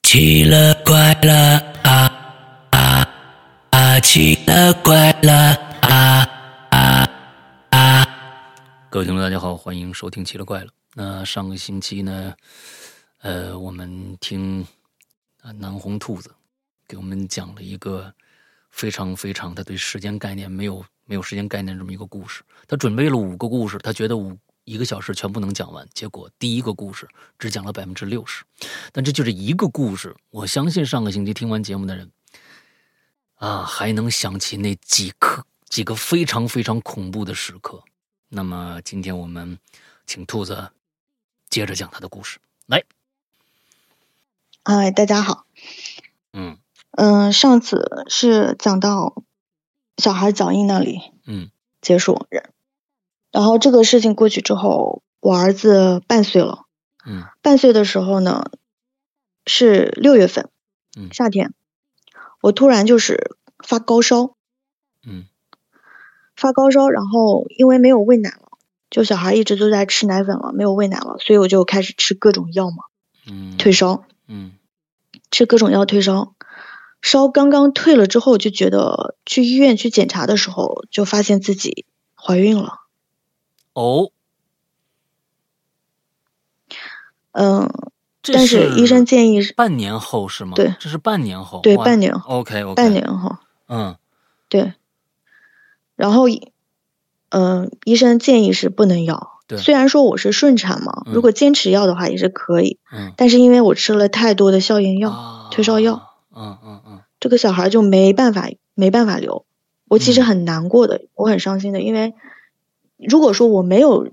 奇了怪了啊啊啊！奇了怪了啊啊啊！各位听众，大家好，欢迎收听《奇了怪了》。那上个星期呢，呃，我们听啊南红兔子给我们讲了一个非常非常他对时间概念没有没有时间概念这么一个故事。他准备了五个故事，他觉得五一个小时全部能讲完，结果第一个故事只讲了百分之六十。但这就是一个故事。我相信上个星期听完节目的人，啊，还能想起那几刻几个非常非常恐怖的时刻。那么今天我们请兔子接着讲他的故事。来，哎，大家好，嗯嗯、上次是讲到小孩脚印那里嗯结束，然然后这个事情过去之后，我儿子半岁了，嗯半岁的时候呢是六月份，嗯夏天，我突然就是发高烧，嗯发高烧，然后因为没有喂奶了，就小孩一直都在吃奶粉了，没有喂奶了，所以我就开始吃各种药嘛，嗯，退烧，嗯吃各种药退烧，烧刚刚退了之后，就觉得去医院去检查的时候，就发现自己怀孕了。哦，嗯，这但是医生建议是半年后是吗？对这是半年后。对哇半年 OK OK 半。年后，嗯对。然后，嗯，医生建议是不能要。对虽然说我是顺产嘛，嗯如果坚持要的话也是可以，嗯，但是因为我吃了太多的消炎药，啊退烧药。嗯嗯嗯这个小孩就没办法没办法留。我其实嗯很难过的，我很伤心的，因为如果说我没有，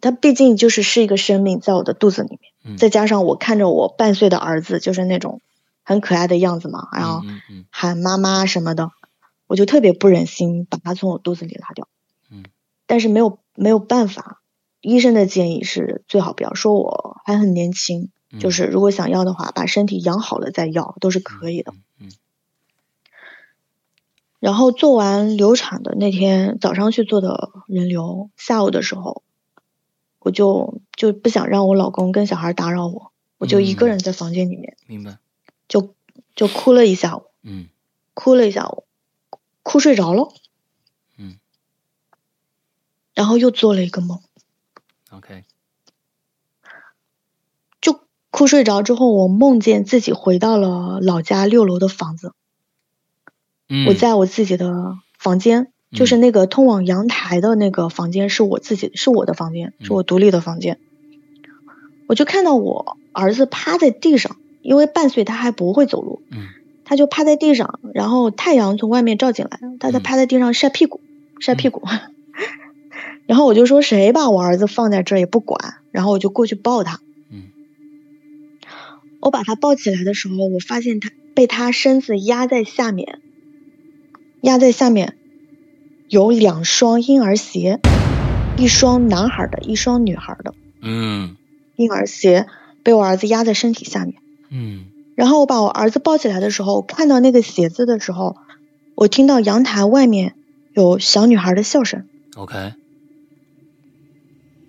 他毕竟就是是一个生命在我的肚子里面，嗯，再加上我看着我半岁的儿子就是那种很可爱的样子嘛，然后嗯嗯喊妈妈什么的，我就特别不忍心把他从我肚子里拉掉。嗯，但是没有没有办法，医生的建议是最好不要说我还很年轻，嗯，就是如果想要的话，把身体养好了再要都是嗯可以的。。嗯然后做完流产的那天早上去做的人流，下午的时候，我就就不想让我老公跟小孩打扰我，我就一个嗯人在房间里面嗯，明白。就就哭了一下午，嗯哭了一下午，哭睡着了，嗯然后又做了一个梦， ，OK。就哭睡着之后，我梦见自己回到了老家六楼的房子，嗯，我在我自己的房间，就是那个通往阳台的那个房间，是我自己，是我的房间，是我独立的房间。我就看到我儿子趴在地上，因为半岁他还不会走路，嗯他就趴在地上，然后太阳从外面照进来，他在嗯趴在地上晒屁股，晒屁股。 然后我就说谁把我儿子放在这儿也不管，然后我就过去抱他。嗯我把他抱起来的时候，我发现他被他身子压在下面，压在下面有两双婴儿鞋，一双男孩的，一双女孩的嗯婴儿鞋被我儿子压在身体下面。嗯然后我把我儿子抱起来的时候，看到那个鞋子的时候，我听到阳台外面有小女孩的笑声， ，OK，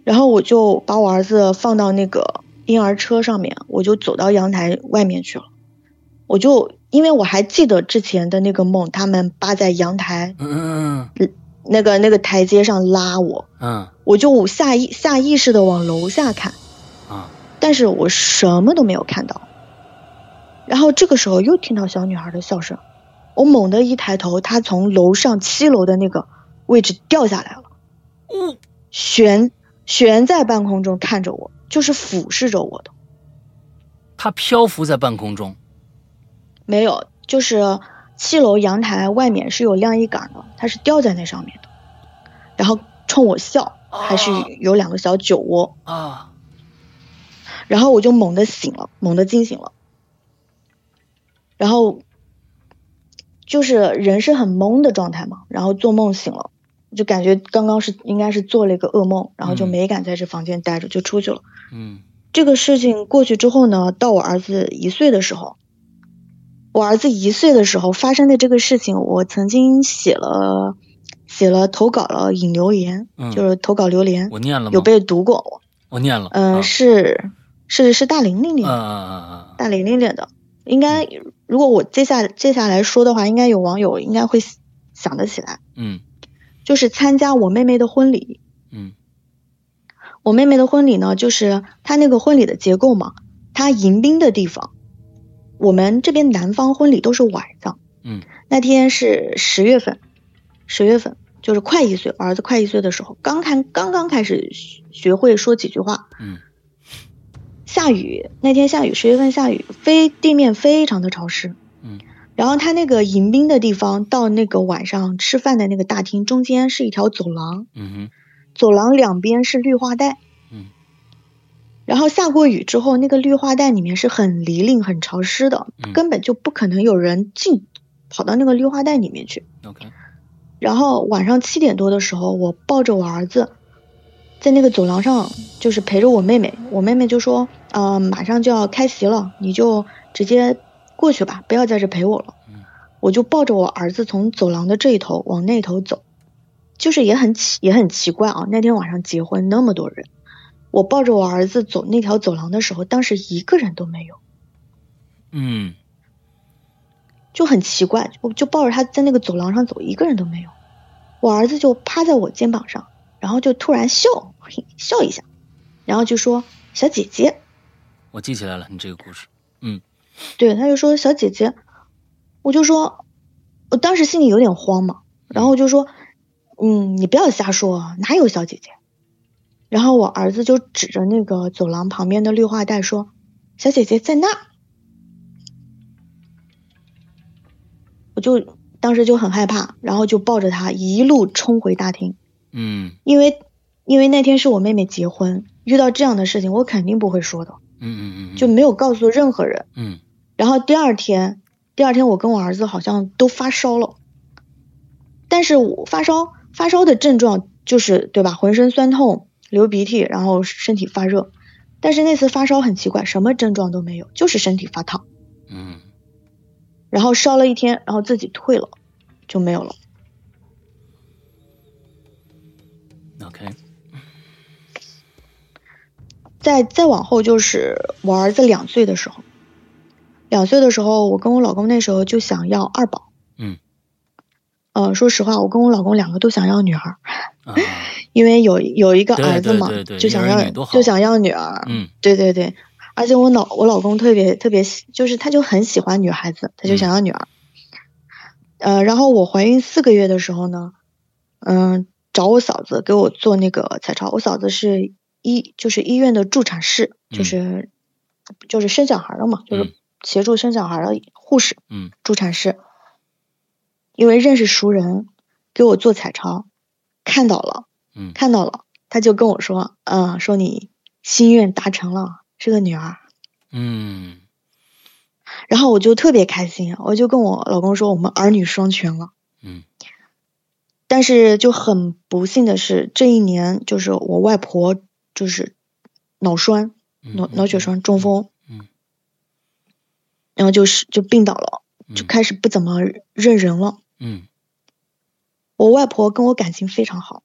然后我就把我儿子放到那个婴儿车上面，我就走到阳台外面去了。我就因为我还记得之前的那个梦，他们扒在阳台嗯嗯那个那个台阶上拉我，嗯嗯我就下意下意识的往楼下看，啊，但是我什么都没有看到。然后这个时候又听到小女孩的笑声，我猛地一抬头，她从楼上七楼的那个位置掉下来了，嗯悬悬在半空中看着我，就是俯视着我的。它漂浮在半空中。没有，就是七楼阳台外面是有晾衣杆的，它是吊在那上面的，然后冲我笑，还是啊有两个小酒窝。啊，然后我就猛地醒了，猛地惊醒了，然后就是人是很懵的状态嘛，然后做梦醒了，就感觉刚刚是应该是做了一个噩梦，然后就嗯没敢在这房间待着，就出去了。嗯这个事情过去之后呢，到我儿子一岁的时候，我儿子一岁的时候发生的这个事情，我曾经写了写了投稿了引流言，嗯，就是投稿榴莲我念了吗？有被读过，我念了。嗯、啊是是是大玲玲念的。嗯嗯嗯嗯大玲玲领的。应该如果我接下接下来说的话，应该有网友应该会想得起来，嗯就是参加我妹妹的婚礼。嗯我妹妹的婚礼呢，就是她那个婚礼的结构嘛，她迎宾的地方，我们这边南方婚礼都是晚上，嗯那天是十月份，十月份就是快一岁，我儿子快一岁的时候，刚开刚刚开始学学会说几句话，嗯下雨，那天下雨，十月份下雨，非地面非常的潮湿。嗯然后他那个迎宾的地方到那个晚上吃饭的那个大厅中间是一条走廊，嗯哼走廊两边是绿化带。嗯然后下过雨之后，那个绿化带里面是很泥泞、很潮湿的嗯，根本就不可能有人进跑到那个绿化带里面去。 ，OK，然后晚上七点多的时候，我抱着我儿子，在那个走廊上，就是陪着我妹妹。我妹妹就说：“呃，马上就要开席了，你就直接过去吧，不要在这陪我了。嗯”我就抱着我儿子从走廊的这一头往那头走，就是也很奇也很奇怪啊。那天晚上结婚那么多人，我抱着我儿子走那条走廊的时候，当时一个人都没有。嗯就很奇怪，我就抱着他在那个走廊上走，一个人都没有。我儿子就趴在我肩膀上，然后就突然笑笑一下，然后就说：“小姐姐。我记起来了，你这个故事，”对，他就说：“小姐姐。”我就说，我当时心里有点慌嘛，然后我就说：“嗯，你不要瞎说啊，哪有小姐姐？”然后我儿子就指着那个走廊旁边的绿化带说：“小姐姐在那儿。”我就当时就很害怕，然后就抱着他一路冲回大厅，嗯因为因为那天是我妹妹结婚，遇到这样的事情我肯定不会说的，嗯嗯嗯，就没有告诉任何人。嗯然后第二天，第二天我跟我儿子好像都发烧了，但是我发烧发烧的症状就是对吧，浑身酸痛、流鼻涕，然后身体发热。但是那次发烧很奇怪，什么症状都没有，就是身体发烫，嗯然后烧了一天，然后自己退了，就没有了。嗯，OK，再再往后就是我儿子两岁的时候，两岁的时候，我跟我老公那时候就想要二宝。嗯。呃，说实话，我跟我老公两个都想要女儿，啊，因为有有一个对儿子对嘛对，对就一想儿一要女多好就想要女儿。嗯对对对，而且我老我老公特别特别喜，就是他就很喜欢女孩子，嗯他就想要女儿。呃，然后我怀孕四个月的时候呢，嗯、找我嫂子给我做那个彩超，我嫂子是医，就是医院的助产士，嗯就是、就是生小孩的嘛，就嗯是协助生小孩的护士，嗯助产士。因为认识熟人，给我做彩超，看到了。嗯看到了，他就跟我说，嗯，说你心愿达成了，是个女儿。嗯然后我就特别开心，我就跟我老公说，我们儿女双全了。嗯但是就很不幸的是，这一年就是我外婆就是脑栓、嗯，脑脑血栓中风，嗯，然后就是就病倒了，就开始不怎么认人了。嗯我外婆跟我感情非常好，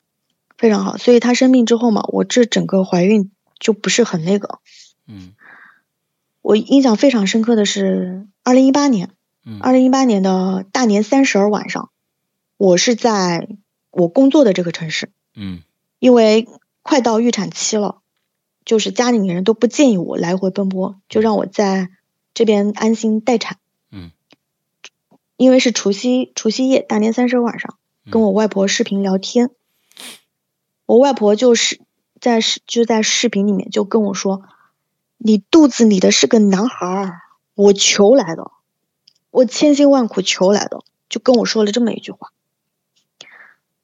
非常好，所以她生病之后嘛，我这整个怀孕就不是很那个，嗯我印象非常深刻的是，二零一八年，嗯二零一八年的大年三十儿晚上，我是在我工作的这个城市，嗯因为快到预产期了，就是家里面人都不建议我来回奔波，就让我在这边安心待产。嗯，因为是除夕，除夕夜，大年三十儿晚上，嗯跟我外婆视频聊天，我外婆就是在视就在视频里面就跟我说：“你肚子里的是个男孩儿，我求来的，我千辛万苦求来的。”就跟我说了这么一句话。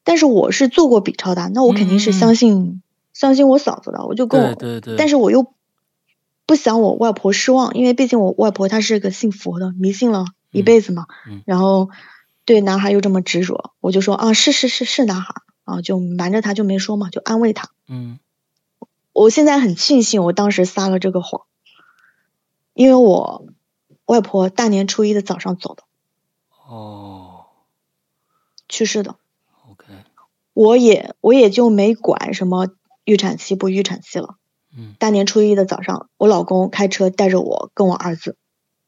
但是我是做过 B 超的，那我肯定是嗯相信、相信我嫂子的，我就跟我对对对，但是是我又不想我外婆失望，因为毕竟我外婆她是个信佛的，迷信了一辈子嘛。嗯嗯然后对男孩又这么执着，我就说啊，是是是是男孩啊，就瞒着他就没说嘛，就安慰他。嗯我现在很庆幸我当时撒了这个谎，因为我外婆大年初一的早上走的，哦去世的， ，OK，我也我也就没管什么预产期不预产期了。嗯大年初一的早上，我老公开车带着我跟我儿子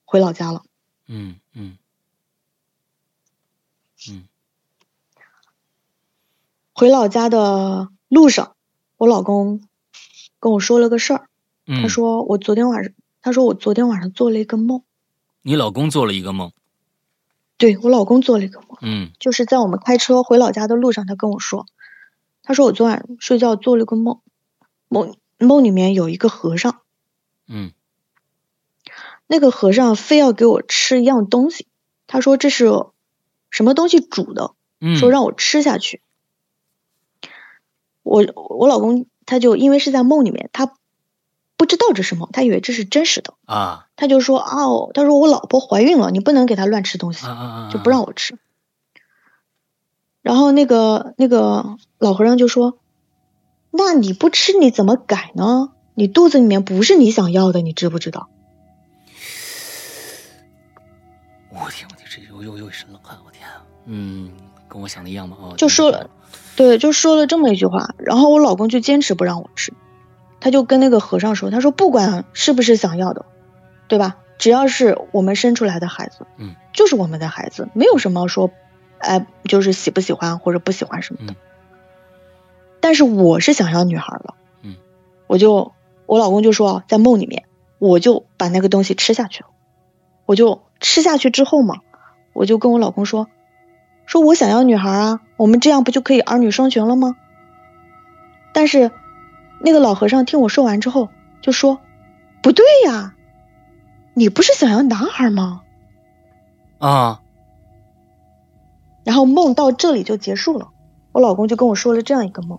回老家了。嗯嗯嗯回老家的路上，我老公跟我说了个事儿，嗯，他说我昨天晚上，他说我昨天晚上做了一个梦，你老公做了一个梦，对我老公做了一个梦，嗯就是在我们开车回老家的路上，他跟我说，他说我昨晚睡觉做了个梦，梦梦里面有一个和尚，嗯那个和尚非要给我吃一样东西，他说这是什么东西煮的，嗯，说让我吃下去。我我老公他就因为是在梦里面，他不知道这是梦，他以为这是真实的，啊他就说啊、哦，他说我老婆怀孕了，你不能给她乱吃东西啊，啊啊，就不让我我吃。然后那个那个老和尚就说：“那你不吃你怎么改呢？你肚子里面不是你想要的，你知不知道？”我天，我天，这又又又一身冷汗，我天，嗯，跟我想的一样吗？哦，就说了，对，就说了这么一句话。然后我老公就坚持不让我吃，他就跟那个和尚说：“他说不管是不是想要的，对吧？只要是我们生出来的孩子，嗯，就是我们的孩子，没有什么说，哎，就是喜不喜欢或者不喜欢什么的。嗯但是我是想要女孩了，嗯，我就我老公就说在梦里面，我就把那个东西吃下去了，我就吃下去之后嘛，我就跟我老公说，说我想要女孩啊，我们这样不就可以儿女双全了吗？但是那个老和尚听我说完之后就说：“不对呀，你不是想要男孩吗啊，？”然后梦到这里就结束了。我老公就跟我说了这样一个梦，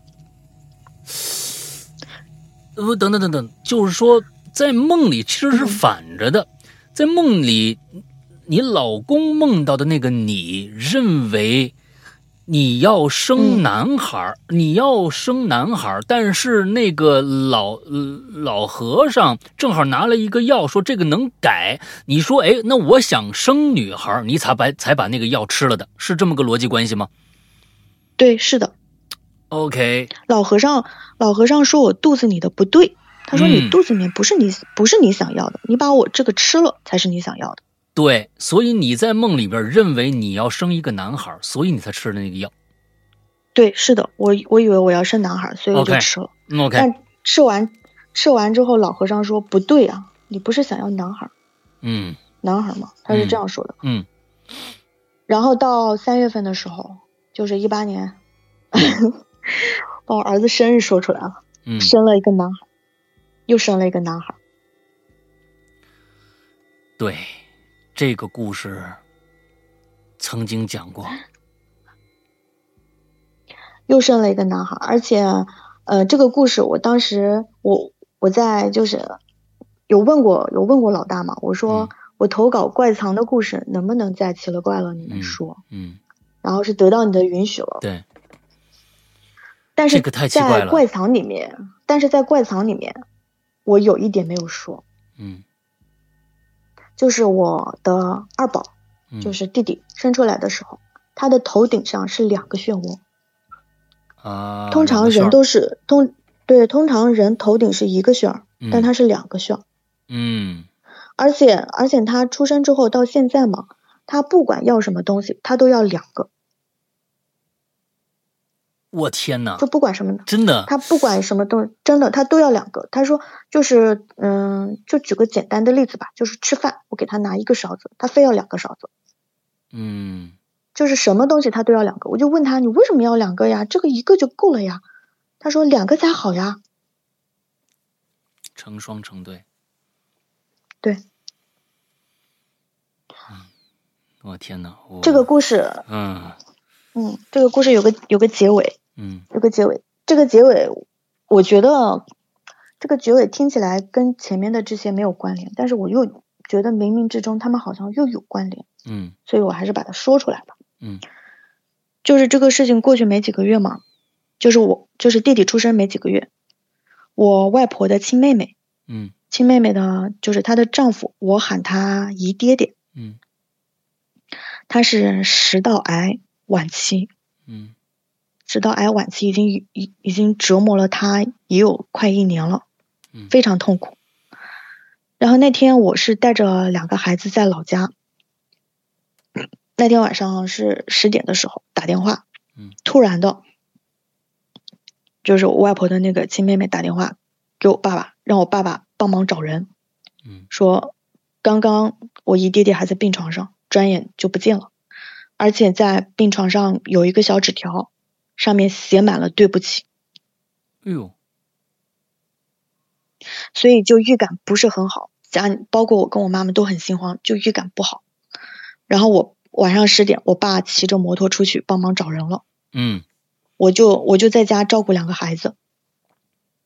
呃不，等等等等，就是说在梦里其实是反着的，在梦里，你老公梦到的那个你认为。你要生嗯男孩儿、你要生男孩儿，但是那个老呃老和尚正好拿了一个药，说这个能改。你说，哎，那我想生女孩儿，你才把才把那个药吃了的，是这么个逻辑关系吗对，是的， ？OK，老和尚老和尚说我肚子里的不对，他说你嗯肚子里面不是你不是你想要的，你把我这个吃了才是你想要的。对，所以你在梦里边认为你要生一个男孩，所以你才吃的那个药。对，是的，我我以为我要生男孩，所以我就 OK 吃了。嗯 OK，但吃完吃完之后，老和尚说不对啊，你不是想要男孩儿嗯男孩儿吗？他是这样说的。嗯然后到三月份的时候，就是一八年，把我儿子生日说出来了，嗯，生了一个男孩儿，又生了一个男孩儿。对，这个故事曾经讲过。又生了一个男孩儿，而且，呃，这个故事我当时我我在就是有问过有问过老大嘛，我说、嗯我投稿怪藏的故事能不能在《奇了怪了》里面嗯说，嗯，然后是得到你的允许了，对，但是这个太奇怪在了怪藏里面，但是在怪藏里面，我有一点没有说，嗯就是我的二宝，嗯，就是弟弟生出来的时候，他的头顶上是两个漩涡，啊，通常两个旋人儿都是通对，通常人头顶是一个旋儿，嗯但他是两个旋儿。嗯而且而且他出生之后到现在嘛，他不管要什么东西，他都要两个，我天哪就，不管什么，真的，他不管什么东西，真的他都要两个。他说就是嗯，就举个简单的例子吧，就是吃饭，我给他拿一个勺子，他非要两个勺子，嗯就是什么东西他都要两个。我就问他你为什么要两个呀？这个一个就够了呀。他说两个才好呀。成双成对。对嗯。我天哪，我这个故事，嗯嗯，这个故事有个有个结尾，嗯有个结尾。这个结尾，我觉得这个结尾听起来跟前面的这些没有关联，但是我又觉得冥冥之中他们好像又有关联，嗯所以我还是把它说出来吧。嗯，就是这个事情过去没几个月嘛，就是我就是弟弟出生没几个月，我外婆的亲妹妹，嗯亲妹妹的就是她的丈夫，我喊她姨爹爹，嗯他是食道癌晚期，嗯食道癌晚期已经已已经折磨了他也有快一年了嗯，非常痛苦。然后那天我是带着两个孩子在老家，那天晚上是十点的时候打电话，嗯，突然的，就是我外婆的那个亲妹妹打电话给我爸爸，让我爸爸帮忙找人，嗯说刚刚我姨爹爹还在病床上，转眼就不见了，而且在病床上有一个小纸条，上面写满了对不起，哎呦，所以就预感不是很好，家包括我跟我妈妈都很心慌，就预感不好。然后我晚上十点，我爸骑着摩托出去帮忙找人了，嗯我就我就在家照顾两个孩子，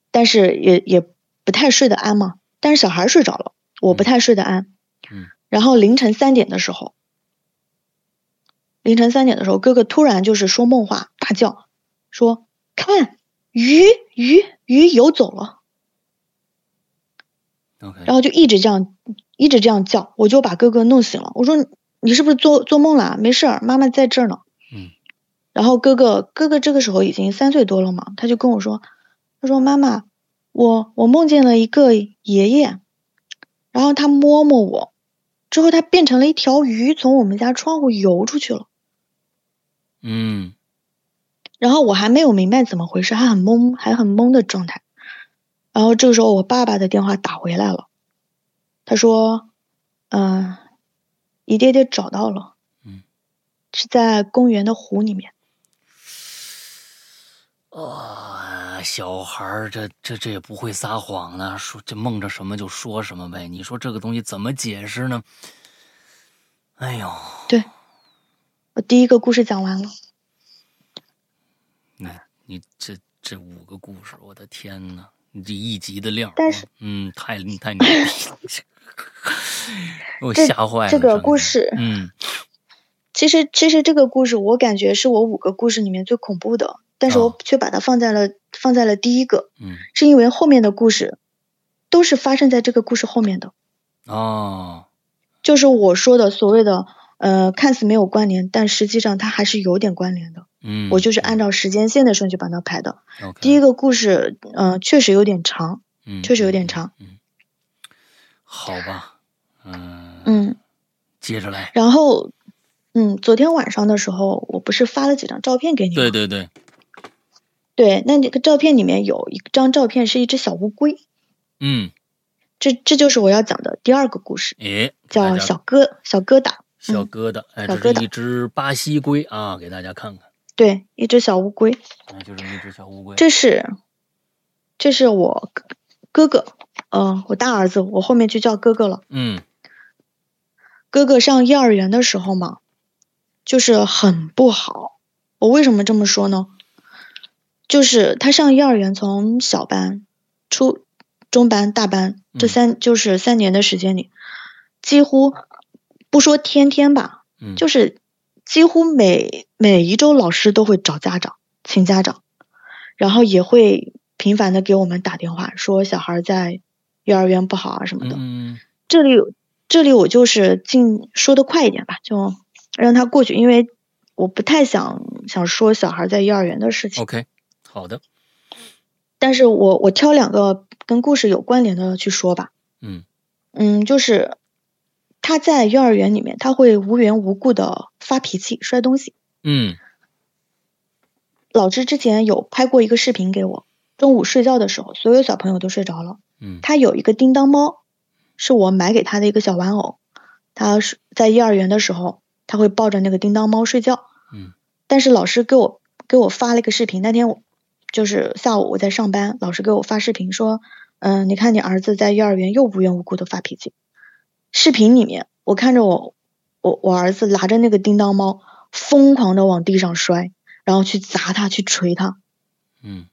但是也也不太睡得安嘛。但是小孩睡着了，我不太睡得安。嗯。然后凌晨三点的时候，凌晨三点的时候，哥哥突然就是说梦话，大叫说：“看，鱼鱼鱼游走了。” ，OK，然后就一直这样，一直这样叫，我就把哥哥弄醒了。我说你是不是做做梦啊啦？没事儿，妈妈在这儿呢。嗯。然后哥哥哥哥这个时候已经三岁多了嘛，他就跟我说，他说妈妈，我我梦见了一个爷爷，然后他摸摸我，之后他变成了一条鱼，从我们家窗户游出去了。嗯然后我还没有明白怎么回事，还很懵，还很懵的状态。然后这个时候，我爸爸的电话打回来了，他说：“嗯、姨爹爹找到了，嗯，是在公园的湖里面。啊，小孩儿这这这也不会撒谎呢，说这梦着什么就说什么呗。你说这个东西怎么解释呢？哎呦，”我第一个故事讲完了，那你这这五个故事，我的天呐，你这一集的量儿，但是嗯，太厉太牛逼了，我这吓坏了。这个真的故事嗯其实其实这个故事我感觉是我五个故事里面最恐怖的，但是哦我却把它放在了、放在了第一个，嗯是因为后面的故事都是发生在这个故事后面的。哦，就是我说的所谓的，呃，看似没有关联，但实际上它还是有点关联的。嗯，我就是按照时间线的顺序把它排的。 OK 第一个故事，嗯、确实有点长，嗯确实有点嗯长嗯，好吧，嗯、嗯。接着来。然后，嗯，昨天晚上的时候，我不是发了几张照片给你吗？对对对，对那那个照片里面有一张照片是一只小乌龟，嗯，这这就是我要讲的第二个故事，诶，哎给大叫家小疙小疙瘩。小疙瘩，哎，小这疙瘩是一只巴西龟啊，给大家看看，对，一只小乌龟。哎，就是一只小乌龟。这是，这是我哥哥，嗯、我大儿子，我后面就叫哥哥了。嗯哥哥上幼儿园的时候嘛，就是很不好。我为什么这么说呢？就是他上幼儿园，从小班、初中班、大班这嗯三、就是三年的时间里，几乎不说天天吧，嗯，就是几乎每每一周老师都会找家长，请家长，然后也会频繁的给我们打电话，说小孩在幼儿园不好啊什么嗯的。嗯这里这里我就是尽说的快一点吧，就让他过去，因为我不太想想说小孩在幼儿园的事情。 ，OK，好的，但是我我挑两个跟故事有关联的去说吧。嗯嗯，就是他在幼儿园里面，他会无缘无故的发脾气、摔东西。嗯老师之前有拍过一个视频给我，中午睡觉的时候，所有小朋友都睡着了。嗯他有一个叮当猫，是我买给他的一个小玩偶。他是在幼儿园的时候，他会抱着那个叮当猫睡觉。嗯但是老师给我给我发了一个视频，那天我就是下午我在上班，老师给我发视频说，嗯，你看你儿子在幼儿园又无缘无故的发脾气。视频里面我看着我我我儿子拿着那个叮当猫疯狂的往地上摔，然后去砸它，去捶它。嗯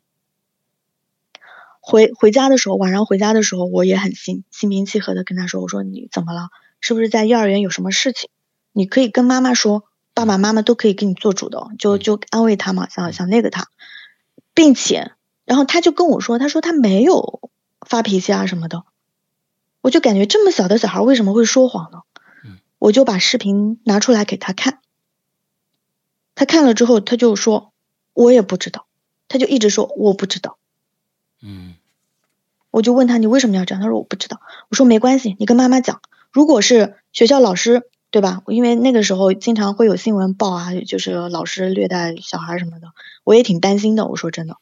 回回家的时候，晚上回家的时候，我也很心心平气和的跟他说：“我说你怎么了？是不是在幼儿园有什么事情？你可以跟妈妈说，爸爸妈妈都可以给你做主的，哦就嗯就安慰他嘛，想嗯想那个他，并且，然后他就跟我说，他说他没有发脾气啊什么的，我就感觉这么小的小孩为什么会说谎呢嗯？我就把视频拿出来给他看，他看了之后，他就说我也不知道，他就一直说我不知道。”嗯我就问他你为什么要这样？他说我不知道。我说没关系，你跟妈妈讲。如果是学校老师对吧？因为那个时候经常会有新闻报啊，就是老师虐待小孩什么的，我也挺担心的。我说真的，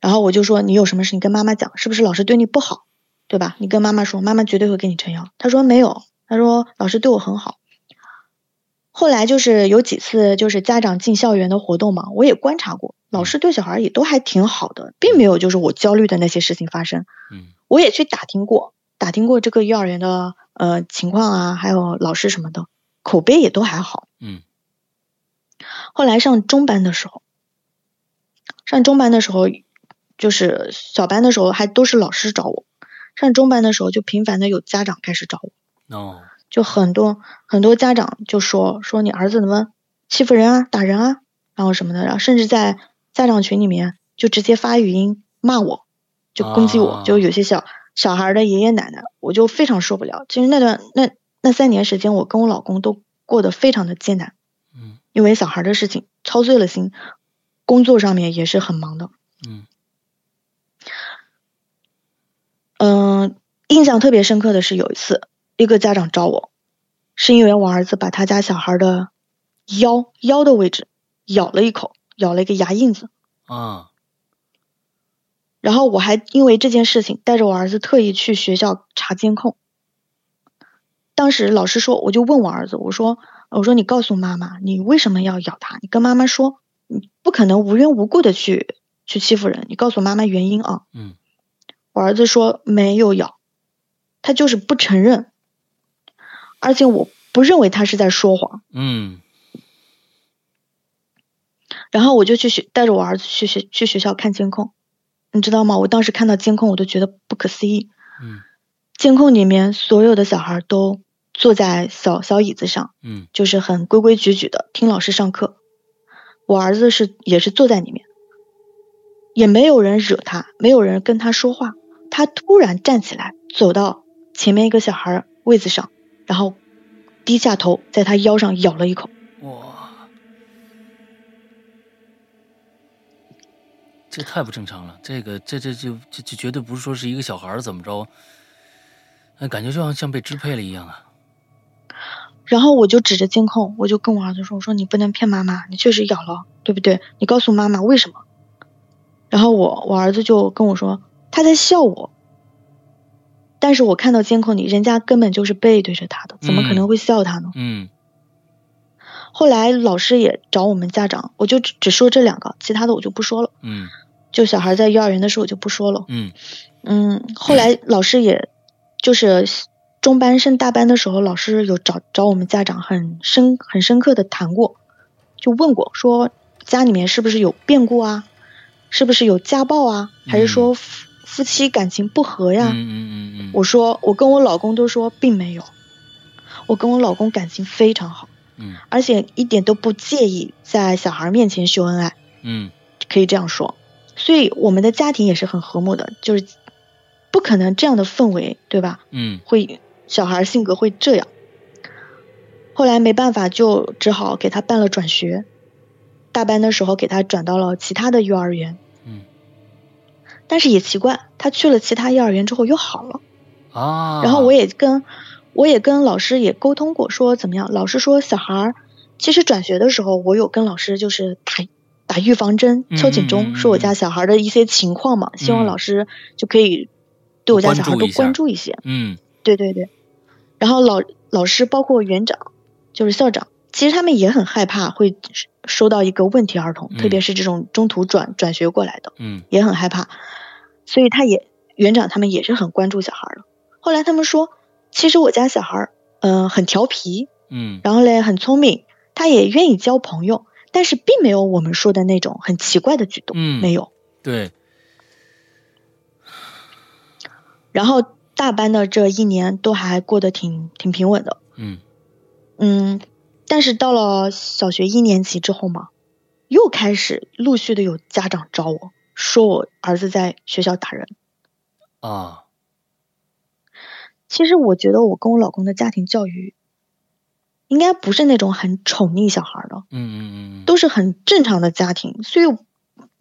然后我就说你有什么事你跟妈妈讲，是不是老师对你不好，对吧？你跟妈妈说，妈妈绝对会给你撑腰。她说没有，她说老师对我很好。后来就是有几次就是家长进校园的活动嘛，我也观察过，老师对小孩也都还挺好的，并没有就是我焦虑的那些事情发生。嗯我也去打听过，打听过这个幼儿园的呃情况啊，还有老师什么的，口碑也都还好。嗯后来上中班的时候，上中班的时候，就是小班的时候还都是老师找我，上中班的时候就频繁的有家长开始找我，哦就很多很多家长就说说你儿子怎么欺负人啊、打人啊，然后什么的，然后甚至在家长群里面就直接发语音骂我，就攻击我，啊就有些小小孩儿的爷爷奶奶，我就非常受不了。其实那段那那三年时间，我跟我老公都过得非常的艰难，嗯因为小孩的事情操碎了心，工作上面也是很忙的。嗯嗯、印象特别深刻的是有一次，一个家长找我，是因为我儿子把他家小孩的腰腰的位置咬了一口，咬了一个牙印子。啊然后我还因为这件事情带着我儿子特意去学校查监控。当时老师说，我就问我儿子，我说，我说你告诉妈妈，你为什么要咬他？你跟妈妈说，你不可能无缘无故的去去欺负人，你告诉妈妈原因啊。嗯我儿子说没有咬，他就是不承认，而且我不认为他是在说谎。嗯然后我就去学，带着我儿子去学去学校看监控，你知道吗？我当时看到监控，我都觉得不可思议。嗯监控里面所有的小孩都坐在小小椅子上，嗯就是很规规矩矩的听老师上课。我儿子是也是坐在里面，也没有人惹他，没有人跟他说话。他突然站起来，走到前面一个小孩儿位子上，然后低下头，在他腰上咬了一口。哇，这太不正常了！这个这这这这这绝对不是说是一个小孩儿怎么着，那感觉就像像被支配了一样啊！然后我就指着监控，我就跟我儿子说：“我说你不能骗妈妈，你确实咬了，对不对？你告诉妈妈为什么。”然后我我儿子就跟我说他在笑我，但是我看到监控里人家根本就是背对着他的，怎么可能会笑他呢？嗯后来老师也找我们家长，我就只只说这两个，其他的我就不说了。嗯就小孩在幼儿园的事我就不说了。嗯嗯，后来老师也，就是中班升大班的时候，老师有找找我们家长很深很深刻的谈过，就问过说家里面是不是有变故啊，是不是有家暴啊，还是说夫夫妻感情不和嗯呀？嗯嗯嗯，我说我跟我老公都说并没有，我跟我老公感情非常好，嗯而且一点都不介意在小孩面前秀恩爱。嗯可以这样说。所以我们的家庭也是很和睦的，就是不可能这样的氛围，对吧？嗯会小孩性格会这样。后来没办法，就只好给他办了转学。大班的时候给他转到了其他的幼儿园，嗯但是也奇怪，他去了其他幼儿园之后又好了。啊！然后我也跟我也跟老师也沟通过，说怎么样？老师说小孩儿其实转学的时候，我有跟老师就是打打预防针、敲嗯嗯警嗯嗯钟，说我家小孩儿的一些情况嘛，希望嗯老师就可以对我家小孩儿关注多一下关注一些。嗯对对对。然后老老师包括园长，就是校长，其实他们也很害怕会收到一个问题儿童，嗯特别是这种中途转转学过来的。嗯也很害怕，所以他也园长他们也是很关注小孩儿的。后来他们说，其实我家小孩儿，嗯、很调皮，嗯然后嘞很聪明，他也愿意交朋友，但是并没有我们说的那种很奇怪的举动，嗯没有。对然后大班的这一年都还过得挺挺平稳的，嗯嗯，但是到了小学一年级之后嘛，又开始陆续的有家长找我说我儿子在学校打人。啊其实我觉得我跟我老公的家庭教育，应该不是那种很宠溺小孩儿的，嗯嗯嗯都是很正常的家庭。所以，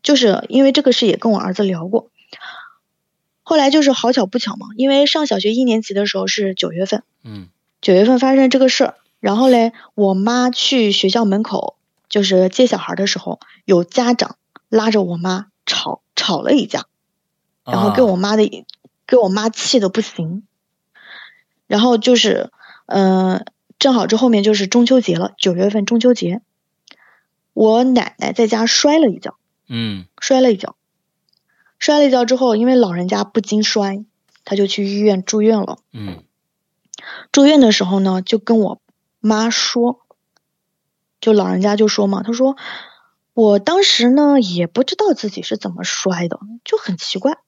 就是因为这个事也跟我儿子聊过。后来就是好巧不巧嘛，因为上小学一年级的时候是九月份，嗯九月份发生这个事儿，然后嘞，我妈去学校门口就是接小孩的时候，有家长拉着我妈吵吵了一架，然后给我妈的、给我妈气的不行。然后就是，呃，正好这后面就是中秋节了，九月份中秋节，我奶奶在家摔了一跤，嗯摔了一跤，摔了一跤之后，因为老人家不经摔，她就去医院住院了。嗯住院的时候呢，就跟我妈说，就老人家就说嘛，他说我当时呢也不知道自己是怎么摔的，就很奇怪，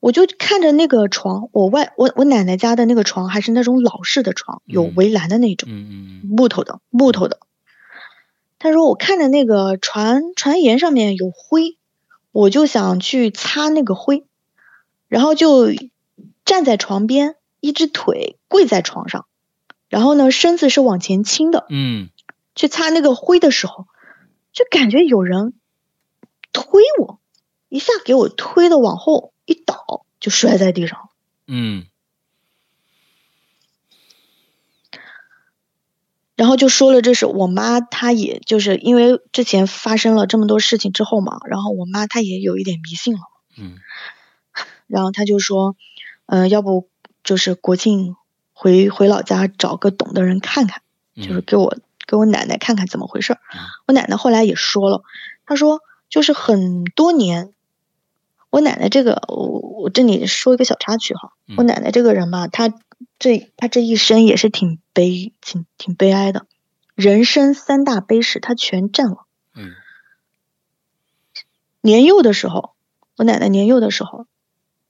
我就看着那个床，我外我我奶奶家的那个床还是那种老式的床，有嗯围栏的那种，嗯嗯木头的木头的。他说我看着那个船船沿上面有灰，我就想去擦那个灰，然后就站在床边，一只腿跪在床上，然后呢身子是往前倾的，嗯去擦那个灰的时候，就感觉有人推我，一下给我推的往后一倒，就摔在地上了。嗯然后就说了，这是我妈，她也就是因为之前发生了这么多事情之后嘛，然后我妈她也有一点迷信了，嗯然后她就说，嗯、要不就是国庆回回老家找个懂的人看看，嗯，就是给我给我奶奶看看怎么回事儿嗯。我奶奶后来也说了，她说就是很多年，我奶奶这个，我我这里说一个小插曲哈，我嗯奶奶这个人吧，她这她这一生也是挺悲挺挺悲哀的，人生三大悲事她全占了。嗯年幼的时候，我奶奶年幼的时候，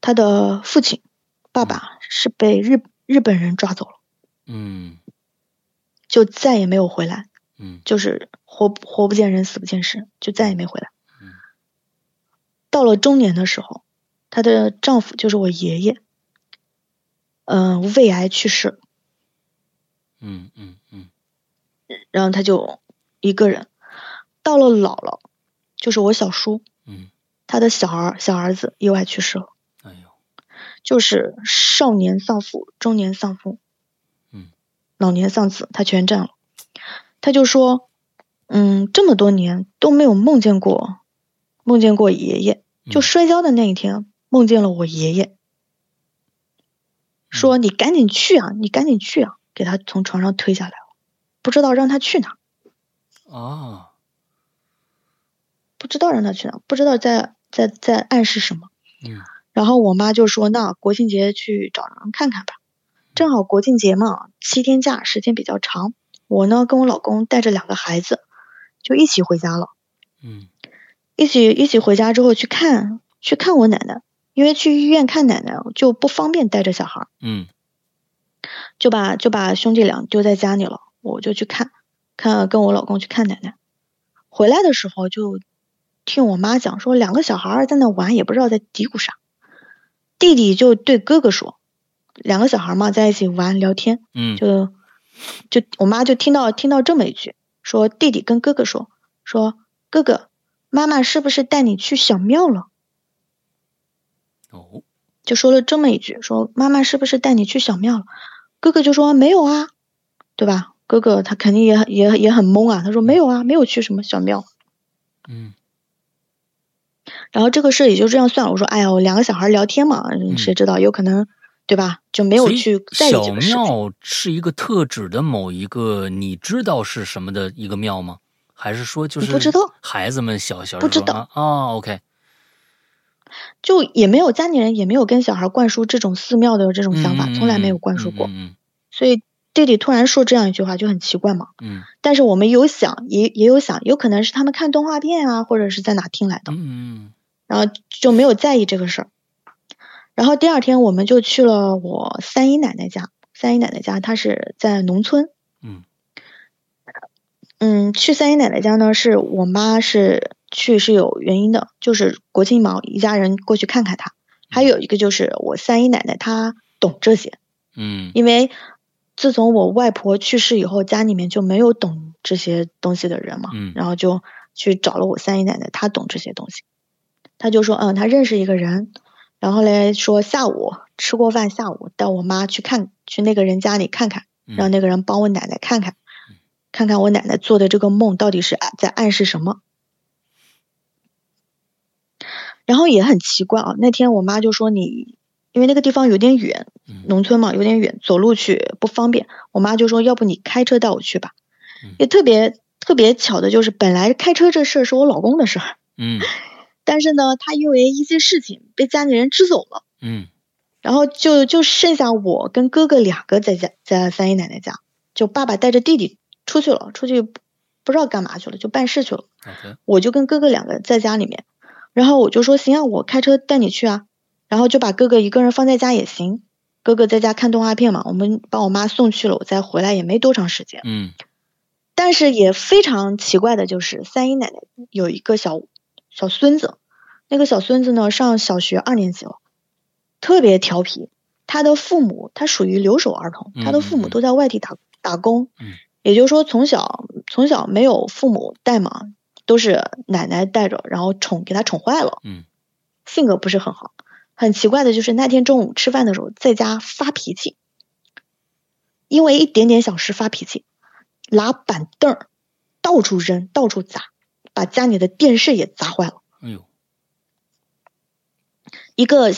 她的父亲爸爸是被日日本人抓走了，嗯就再也没有回来。嗯就是活不活不见人，死不见尸，就再也没回来嗯。到了中年的时候，她的丈夫就是我爷爷，嗯、胃癌去世，嗯嗯嗯然后她就一个人。到了姥姥，就是我小叔，嗯，他的小儿小儿子意外去世了，哎呦，就是少年丧父，中年丧父，嗯，老年丧子，他全占了。他就说，嗯，这么多年都没有梦见过，梦见过爷爷，就嗯摔跤的那一天，梦见了我爷爷，说：“你赶紧去啊，你赶紧去啊！”给他从床上推下来了，不知道让他去哪儿，啊，不知道让他去哪儿，不知道在在在暗示什么。嗯然后我妈就说：“那国庆节去找人看看吧，正好国庆节嘛，七天假时间比较长，我呢跟我老公带着两个孩子，就一起回家了。”嗯一起一起回家之后去看去看我奶奶，因为去医院看奶奶就不方便带着小孩儿，嗯就把就把兄弟俩丢在家里了。我就去看，看跟我老公去看奶奶。回来的时候就听我妈讲说，两个小孩儿在那玩，也不知道在嘀咕啥。弟弟就对哥哥说，两个小孩儿嘛在一起玩聊天，嗯，就就我妈就听到听到这么一句，说弟弟跟哥哥说说哥哥，妈妈是不是带你去小庙了？哦，就说了这么一句，说妈妈是不是带你去小庙了？哥哥就说没有啊，对吧？哥哥他肯定也很也也很懵啊，他说没有啊，没有去什么小庙。嗯然后这个事也就这样算了。我说哎呀，我两个小孩聊天嘛，嗯谁知道有可能对吧？就没有嗯所以去在意小这个事情。庙是一个特指的某一个你知道是什么的一个庙吗？还是说就是你不知道孩子们小小时候不知道啊啊？OK，就也没有家里人也没有跟小孩灌输这种寺庙的这种想法，嗯从来没有灌输过。嗯所以弟弟突然说这样一句话就很奇怪嘛。嗯但是我们有想，也也有想，有可能是他们看动画片啊，或者是在哪听来的，嗯然后就没有在意这个事儿。然后第二天我们就去了我三姨奶奶家，三姨奶奶家她是在农村，嗯嗯，去三姨奶奶家呢，是我妈是去是有原因的，就是国庆忙，一家人过去看看她。还有一个就是我三姨奶奶她懂这些，嗯嗯因为自从我外婆去世以后，家里面就没有懂这些东西的人嘛，嗯然后就去找了我三姨奶奶，她懂这些东西，她就说，嗯，她认识一个人，然后嘞说下午吃过饭，下午带我妈去看去那个人家里看看，嗯让那个人帮我奶奶看看，看看我奶奶做的这个梦到底是在暗示什么。然后也很奇怪啊，那天我妈就说你，因为那个地方有点远，嗯农村嘛有点远，走路去不方便。我妈就说，要不你开车带我去吧。也特别特别巧的就是，本来开车这事儿是我老公的事儿，嗯，但是呢，他因为一些事情被家里人支走了，嗯，然后就就剩下我跟哥哥两个在家，在三姨奶奶家，就爸爸带着弟弟出去了，出去不知道干嘛去了，就办事去了。我就跟哥哥两个人在家里面。然后我就说行啊，我开车带你去啊，然后就把哥哥一个人放在家也行，哥哥在家看动画片嘛，我们把我妈送去了，我再回来也没多长时间。嗯，但是也非常奇怪的就是，三姨奶奶有一个小小孙子，那个小孙子呢上小学二年级了，特别调皮。他的父母他属于留守儿童，他的父母都在外地打打工，嗯，也就是说从小从小没有父母带嘛。都是奶奶带着，然后宠给他宠坏了，嗯，性格不是很好。很奇怪的就是那天中午吃饭的时候，在家发脾气，因为一点点小事发脾气，拿板凳儿到处扔，到处砸，把家里的电视也砸坏了。哎呦，一个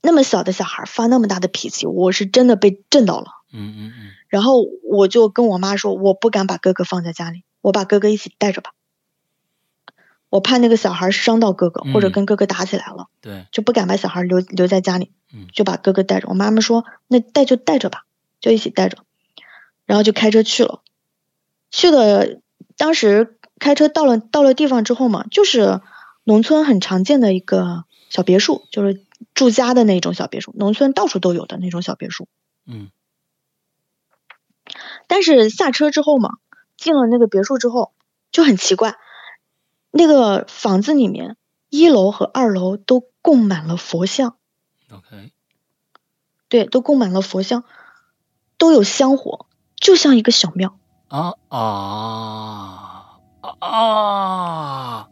那么小的小孩发那么大的脾气，我是真的被震到了。嗯嗯嗯。然后我就跟我妈说，我不敢把哥哥放在家里，我把哥哥一起带着吧。我怕那个小孩伤到哥哥，或者跟哥哥打起来了，嗯、对，就不敢把小孩留留在家里，嗯，就把哥哥带着。我妈妈说，那带就带着吧，就一起带着，然后就开车去了。去了，当时开车到了到了地方之后嘛，就是农村很常见的一个小别墅，就是住家的那种小别墅，农村到处都有的那种小别墅。嗯。但是下车之后嘛，进了那个别墅之后就很奇怪。那个房子里面，一楼和二楼都供满了佛像。 OK，对，都供满了佛像，都有香火，就像一个小庙。啊啊啊！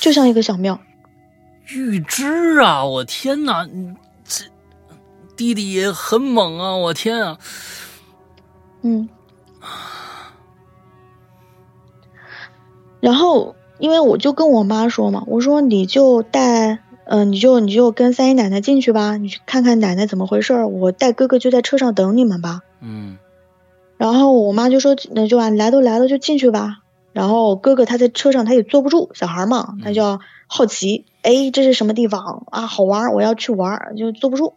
就像一个小庙。预知啊！我天哪，这弟弟也很猛啊！我天啊！嗯。然后。因为我就跟我妈说嘛，我说你就带，嗯、呃，你就你就跟三姨奶奶进去吧，你去看看奶奶怎么回事儿。我带哥哥就在车上等你们吧。嗯。然后我妈就说：“那就啊，来都来了，就进去吧。”然后哥哥他在车上，他也坐不住，小孩嘛，嗯他就要好奇，哎，这是什么地方啊？好玩，我要去玩，就坐不住。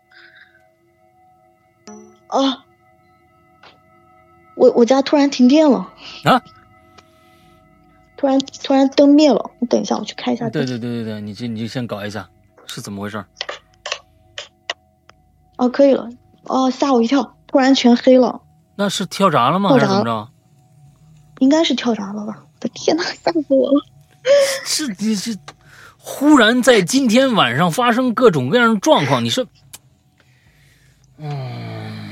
啊！我我家突然停电了。啊！突然，突然灯灭了。你等一下，我去开一下啊灯。对对对对对，你这你就先搞一下，是怎么回事？哦，可以了。哦，吓我一跳，突然全黑了。那是跳闸了吗？跳闸还是怎么着？应该是跳闸了吧？我的天呐，吓死我了！是你是忽然在今天晚上发生各种各样的状况，你是嗯，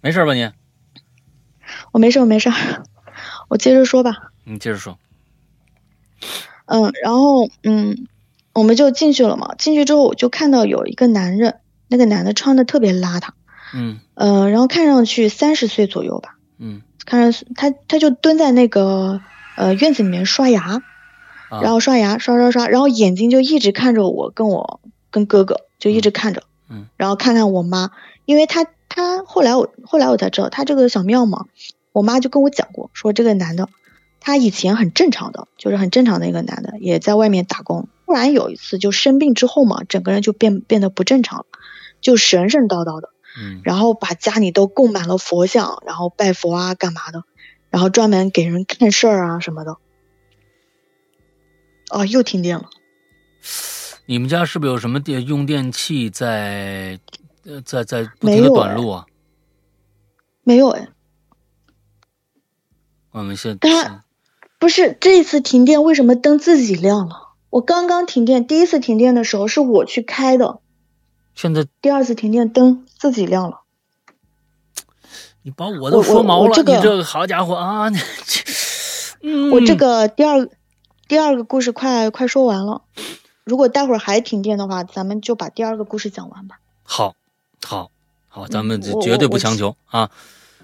没事吧你？我没事，我没事。 我接着说吧。你接着说。嗯，然后嗯，我们就进去了嘛。进去之后，我就看到有一个男人，那个男的穿的特别邋遢，嗯，呃，然后看上去三十岁左右吧，嗯，看上去他他就蹲在那个呃院子里面刷牙，啊然后刷牙刷刷刷，然后眼睛就一直看着我，跟我跟哥哥就一直看着，嗯嗯然后看看我妈，因为他他后来我后来我才知道他这个小庙嘛，我妈就跟我讲过，说这个男的。他以前很正常的，就是很正常的一个男的，也在外面打工。突然有一次就生病之后嘛，整个人就变变得不正常了，就神神叨叨的，嗯然后把家里都供满了佛像，然后拜佛啊干嘛的，然后专门给人看事儿啊什么的。哦，又停电了。你们家是不是有什么电用电器在呃在在不没停的有短哎路啊？没有哎，我们现但在不是这一次停电，为什么灯自己亮了？我刚刚停电，第一次停电的时候是我去开的，现在第二次停电灯自己亮了。你把我都我说毛我了，这个你这好家伙啊！你 这，嗯，我这个第二第二个故事快快说完了，如果待会儿还停电的话，咱们就把第二个故事讲完吧。好，好，好，咱们嗯这我绝对我不我强记求啊。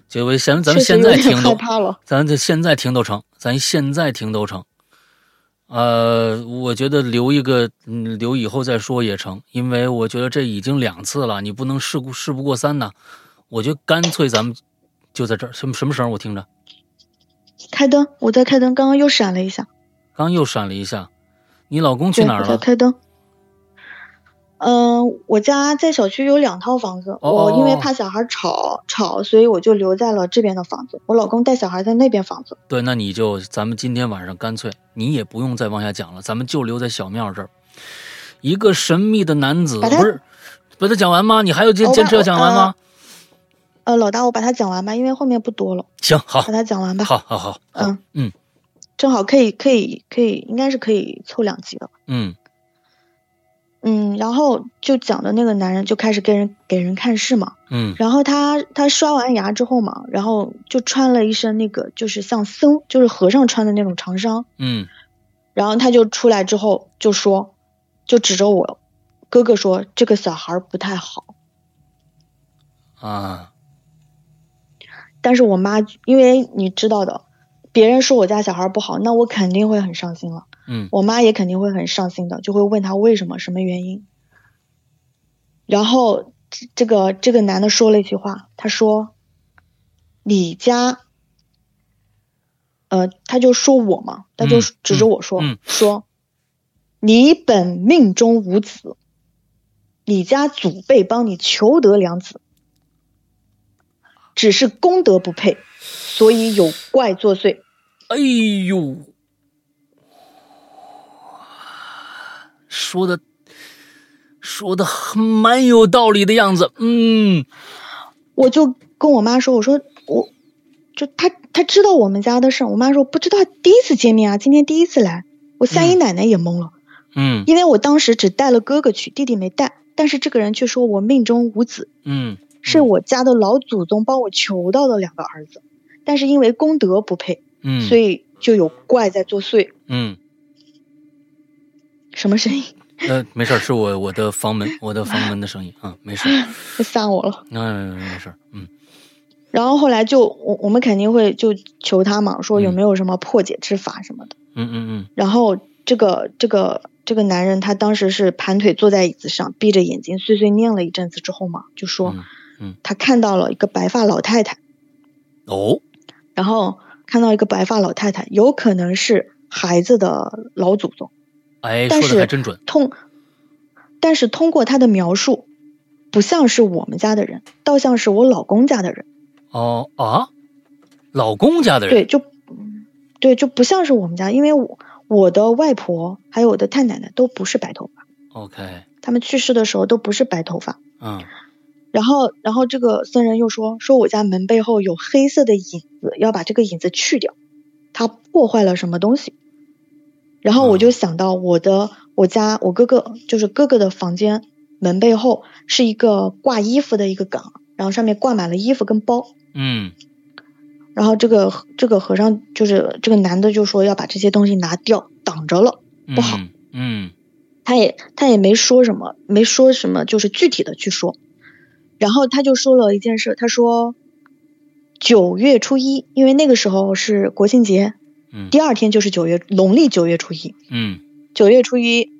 结果咱们咱们确实现有在点听害都，怕了。咱这现在听都成，咱现在听都成。呃，我觉得留一个，嗯，留以后再说也成，因为我觉得这已经两次了，你不能事故事不过三呐。我觉得干脆咱们就在这儿，什么什么声儿我听着，开灯，我在开灯，刚刚又闪了一下。刚又闪了一下。你老公去对，哪儿我在了？开灯。嗯、我家在小区有两套房子，哦我因为哦怕小孩吵吵，所以我就留在了这边的房子。我老公带小孩在那边房子。对，那你就咱们今天晚上干脆你也不用再往下讲了，咱们就留在小庙这儿。一个神秘的男子，把他不是把他讲完吗？你还有坚我把坚持要讲完吗？呃，老大，我把它讲完吧，因为后面不多了，行，好把，它讲完吧。好，好，好，好，嗯嗯正好可以可以可以，应该是可以凑两集的。嗯嗯，然后就讲的那个男人就开始给人给人看事嘛，嗯然后他他刷完牙之后嘛，然后就穿了一身那个就是像僧就是和尚穿的那种长衫，嗯然后他就出来之后就说，就指着我哥哥说这个小孩儿不太好，啊，但是我妈因为你知道的，别人说我家小孩不好，那我肯定会很伤心了。嗯我妈也肯定会很伤心的，就会问他为什么，什么原因。然后这这个这个男的说了一句话，他说：“你家，呃，他就说我嘛，他就嗯指着我说、嗯嗯说，你本命中无子，你家祖辈帮你求得良子，只是功德不配，所以有怪作祟。”哎呦，说的说的蛮有道理的样子，嗯我就跟我妈说，我说我，就她她知道我们家的事儿，我妈说不知道，第一次见面啊，今天第一次来，我三姨奶奶也懵了，嗯因为我当时只带了哥哥去，弟弟没带，但是这个人却说我命中无子，嗯，是嗯我家的老祖宗帮我求到的两个儿子，但是因为功德不配，嗯，所以就有怪在作祟，嗯。什么声音？呃，没事儿，是我我的房门，我的房门的声音啊，没事儿，吓我了。那、嗯、没事儿，嗯然后后来就我我们肯定会就求他嘛，说有嗯没有什么破解之法什么的。嗯嗯然后这个这个这个男人他当时是盘腿坐在椅子上，闭着眼睛碎碎念了一阵子之后嘛，就说、嗯嗯他看到了一个白发老太太，嗯，哦，然后看到一个白发老太太，有可能是孩子的老祖宗，哎，但说的是还真准，通，但是通过他的描述，不像是我们家的人，倒像是我老公家的人，哦啊，老公家的人，对，就对就不像是我们家，因为我我的外婆还有我的太奶奶都不是白头发， o k 他们去世的时候都不是白头发。嗯然后，然后这个僧人又说，说我家门背后有黑色的影子，要把这个影子去掉，它破坏了什么东西。然后我就想到我的，我家我哥哥就是哥哥的房间门背后是一个挂衣服的一个杆儿，然后上面挂满了衣服跟包。嗯然后这个和这个和尚就是这个男的就说要把这些东西拿掉，挡着了。嗯，不好嗯他也他也没说什么，没说什么，就是具体的去说。然后他就说了一件事，他说九月初一，因为那个时候是国庆节，嗯第二天就是九月农历九月初一，嗯，九月初一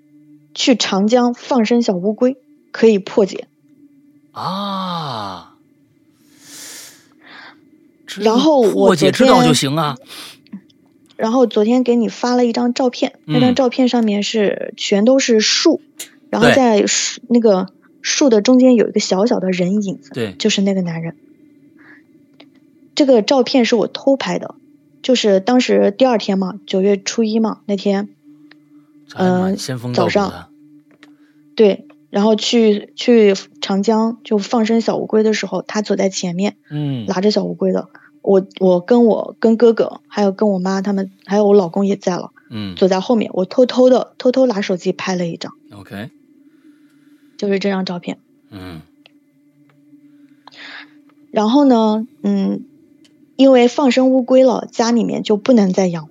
去长江放生小乌龟可以破解。啊，这然后我破解之昨道天就行啊，然后昨天给你发了一张照片，那嗯张照片上面是全都是树，然后对在树那个树的中间有一个小小的人影子，对，就是那个男人。这个照片是我偷拍的，就是当时第二天嘛，九月初一嘛，那天这还蛮呃仙风道早骨上的，对，然后去去长江就放生小乌龟的时候，他走在前面嗯拿着小乌龟的，我我跟我跟哥哥还有跟我妈他们还有我老公也在了，嗯走在后面，我偷偷的偷偷拿手机拍了一张， ，OK，就是这张照片。嗯然后呢，嗯，因为放生乌龟了，家里面就不能再养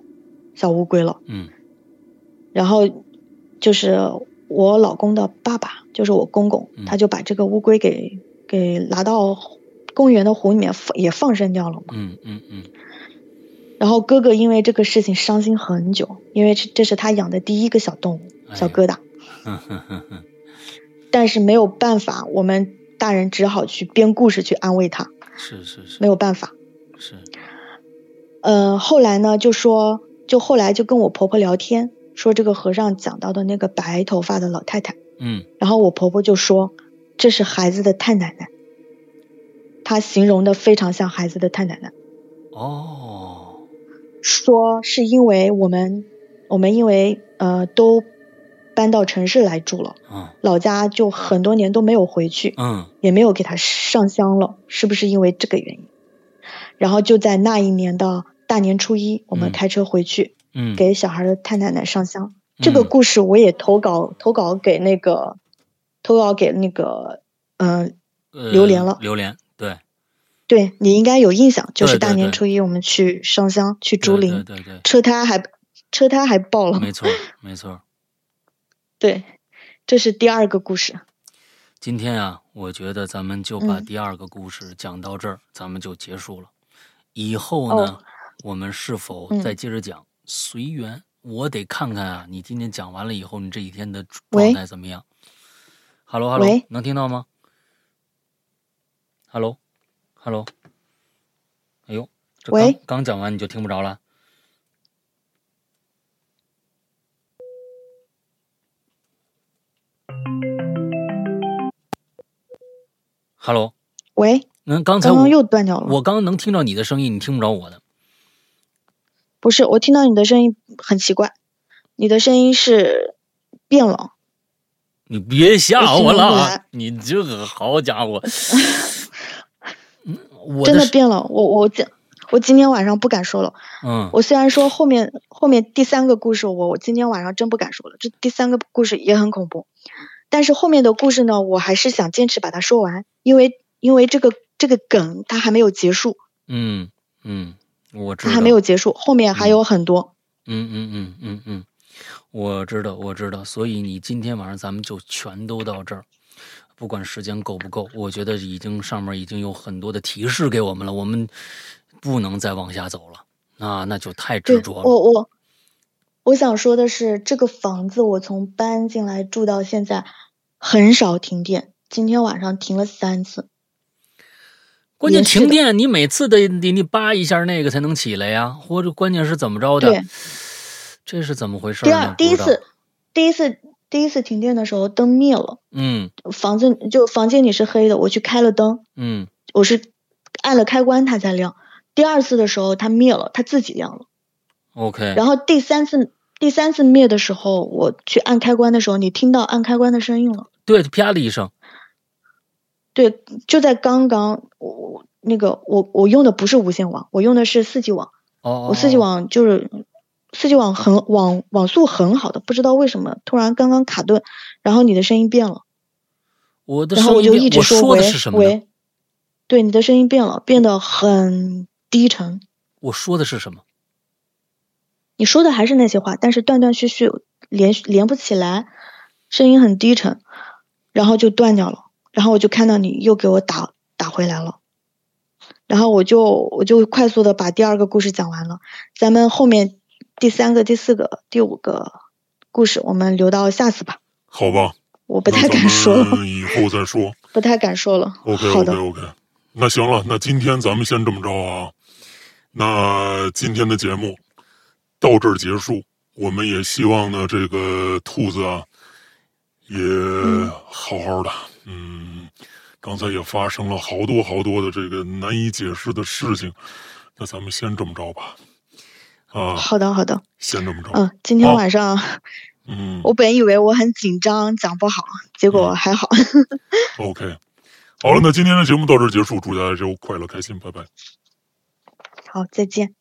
小乌龟了。嗯然后就是我老公的爸爸，就是我公公嗯，他就把这个乌龟给给拿到公园的湖里面放也放生掉了嘛。嗯嗯嗯然后哥哥因为这个事情伤心很久，因为这这是他养的第一个小动物哎小疙瘩，哼哼哼哼，但是没有办法，我们大人只好去编故事去安慰他，是是是没有办法。是，呃，后来呢，就说就后来就跟我婆婆聊天，说这个和尚讲到的那个白头发的老太太，嗯然后我婆婆就说这是孩子的太奶奶，她形容的非常像孩子的太奶奶。哦，说是因为我们我们因为呃都搬到城市来住了，嗯老家就很多年都没有回去，嗯也没有给他上香了，是不是因为这个原因？然后就在那一年的大年初一，我嗯们开车回去、嗯，给小孩的太奶奶上香。这个嗯故事我也投稿投稿给那个投稿给那个嗯、呃呃榴莲了榴莲对，对你应该有印象，就是对对大年对初一我们去上香去对竹林，对对对，车胎还车胎还爆了，没错没错，对，这是第二个故事。今天啊，我觉得咱们就把嗯第二个故事讲到这儿，咱们就结束了。以后呢，我们是否哦嗯再接着讲？随缘，我得看看啊，你今天讲完了以后，你这几天的状喂态怎么样？Hello Hello，喂能听到吗？Hello Hello，哎呦，这刚喂刚讲完你就听不着了。Hello，喂，那刚才刚我刚又断掉了吗。我刚刚能听到你的声音，你听不着我的。不是，我听到你的声音很奇怪，你的声音是变了。你别吓我了我醒不啊来！你这个好家 伙，嗯我真的是变了。我我今我今天晚上不敢说了。嗯，我虽然说后面后面第三个故事我我今天晚上真不敢说了，这第三个故事也很恐怖，但是后面的故事呢，我还是想坚持把它说完，因为因为这个这个梗它还没有结束，嗯嗯，我知它道，还没有结束，后面还有很多。嗯嗯嗯嗯嗯，我知道，我知道。所以你今天晚上咱们就全都到这儿，不管时间够不够，我觉得已经上面已经有很多的提示给我们了，我们不能再往下走了。啊，那就太执对，着哦了。我我我想说的是，这个房子我从搬进来住到现在，很少停电。今天晚上停了三次，关键也是停的电，你每次得得你扒一下那个才能起来呀，或者关键是怎么着的对？这是怎么回事第儿呢？二第一不知道次，第一次第一次停电的时候灯灭了，嗯房子就房间里是黑的，我去开了灯，嗯我是按了开关它才亮。第二次的时候它灭了，它自己亮了。 ，OK，然后第三次第三次灭的时候，我去按开关的时候，你听到按开关的声音了。对，啪的一声，对，就在刚刚，我我那个我我用的不是无线网，我用的是四 G 网。哦，我四 G 哦，网就是四 G 网很网网速很好的，不知道为什么突然刚刚卡顿，然后你的声音变了，我的然后声我音就变，一直我说喂的是什么呢？喂，对，你的声音变了，变得很低沉。我说的是什么？你说的还是那些话，但是断断续续，连续连不起来，声音很低沉，然后就断掉了。然后我就看到你又给我打打回来了，然后我就我就快速的把第二个故事讲完了。咱们后面第三个、第四个、第五个故事，我们留到下次吧。好吧，我不那太咱敢说了，们以后 再说。不太敢说了。 OK 好 OK 的， OK，那行了，那今天咱们先这么着啊。那今天的节目到这儿结束，我们也希望呢，这个兔子啊也好好的，嗯，刚才也发生了好多好多的这个难以解释的事情，那咱们先这么着吧，啊，好的，好的。先这么着，嗯，今天好晚上 嗯我本以为我很紧张，讲不好，结果还好。 ，OK，好了，那今天的节目到这儿结束，祝大家周快乐开心，拜拜。好，再见。